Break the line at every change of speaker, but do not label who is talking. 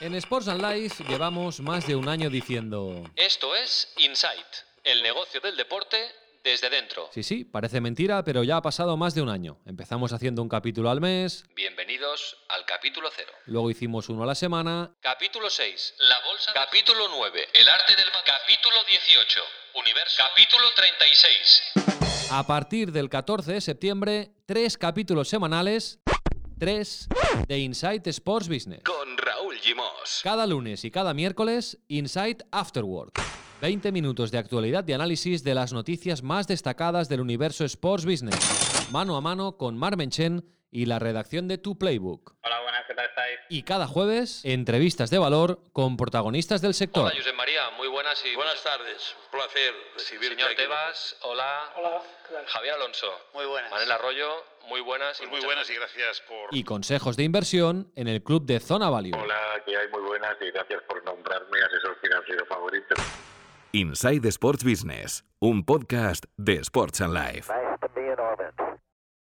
En Sports and Life llevamos más de un año diciendo...
Esto es Insight, el negocio del deporte desde dentro.
Sí, sí, parece mentira, pero ya ha pasado más de un año. Empezamos haciendo un capítulo al mes,
Bienvenidos al capítulo 0.
luego hicimos uno a la semana,
Capítulo 6. La bolsa. Capítulo 9. El arte del patrón. Capítulo 18. Universo. Capítulo 36.
a partir del 14 de septiembre, tres capítulos semanales, tres de Insight Sports Business.
Con Raúl Gimos.
Cada lunes y cada miércoles, Insight After Work. 20 minutos de actualidad y análisis de las noticias más destacadas del universo Sports Business, mano a mano con Marmen Chen y la redacción de Tu Playbook.
Hola, buenas, ¿qué tal estáis?
Y cada jueves, entrevistas de valor con protagonistas del sector.
Hola, Josep María. Muy buenas y.
Buenas tardes, un placer recibirte
Señor
aquí.
Tebas. Hola.
Hola, ¿qué tal?
Javier Alonso.
Muy buenas.
Manel Arroyo. Muy buenas. y
Pues muy
muchas
buenas y gracias por...
Y consejos de inversión en el club de Zona Value.
Hola, que hay muy buenas y gracias por nombrarme asesor financiero favorito.
Inside Sports Business, un podcast de Sports and Life.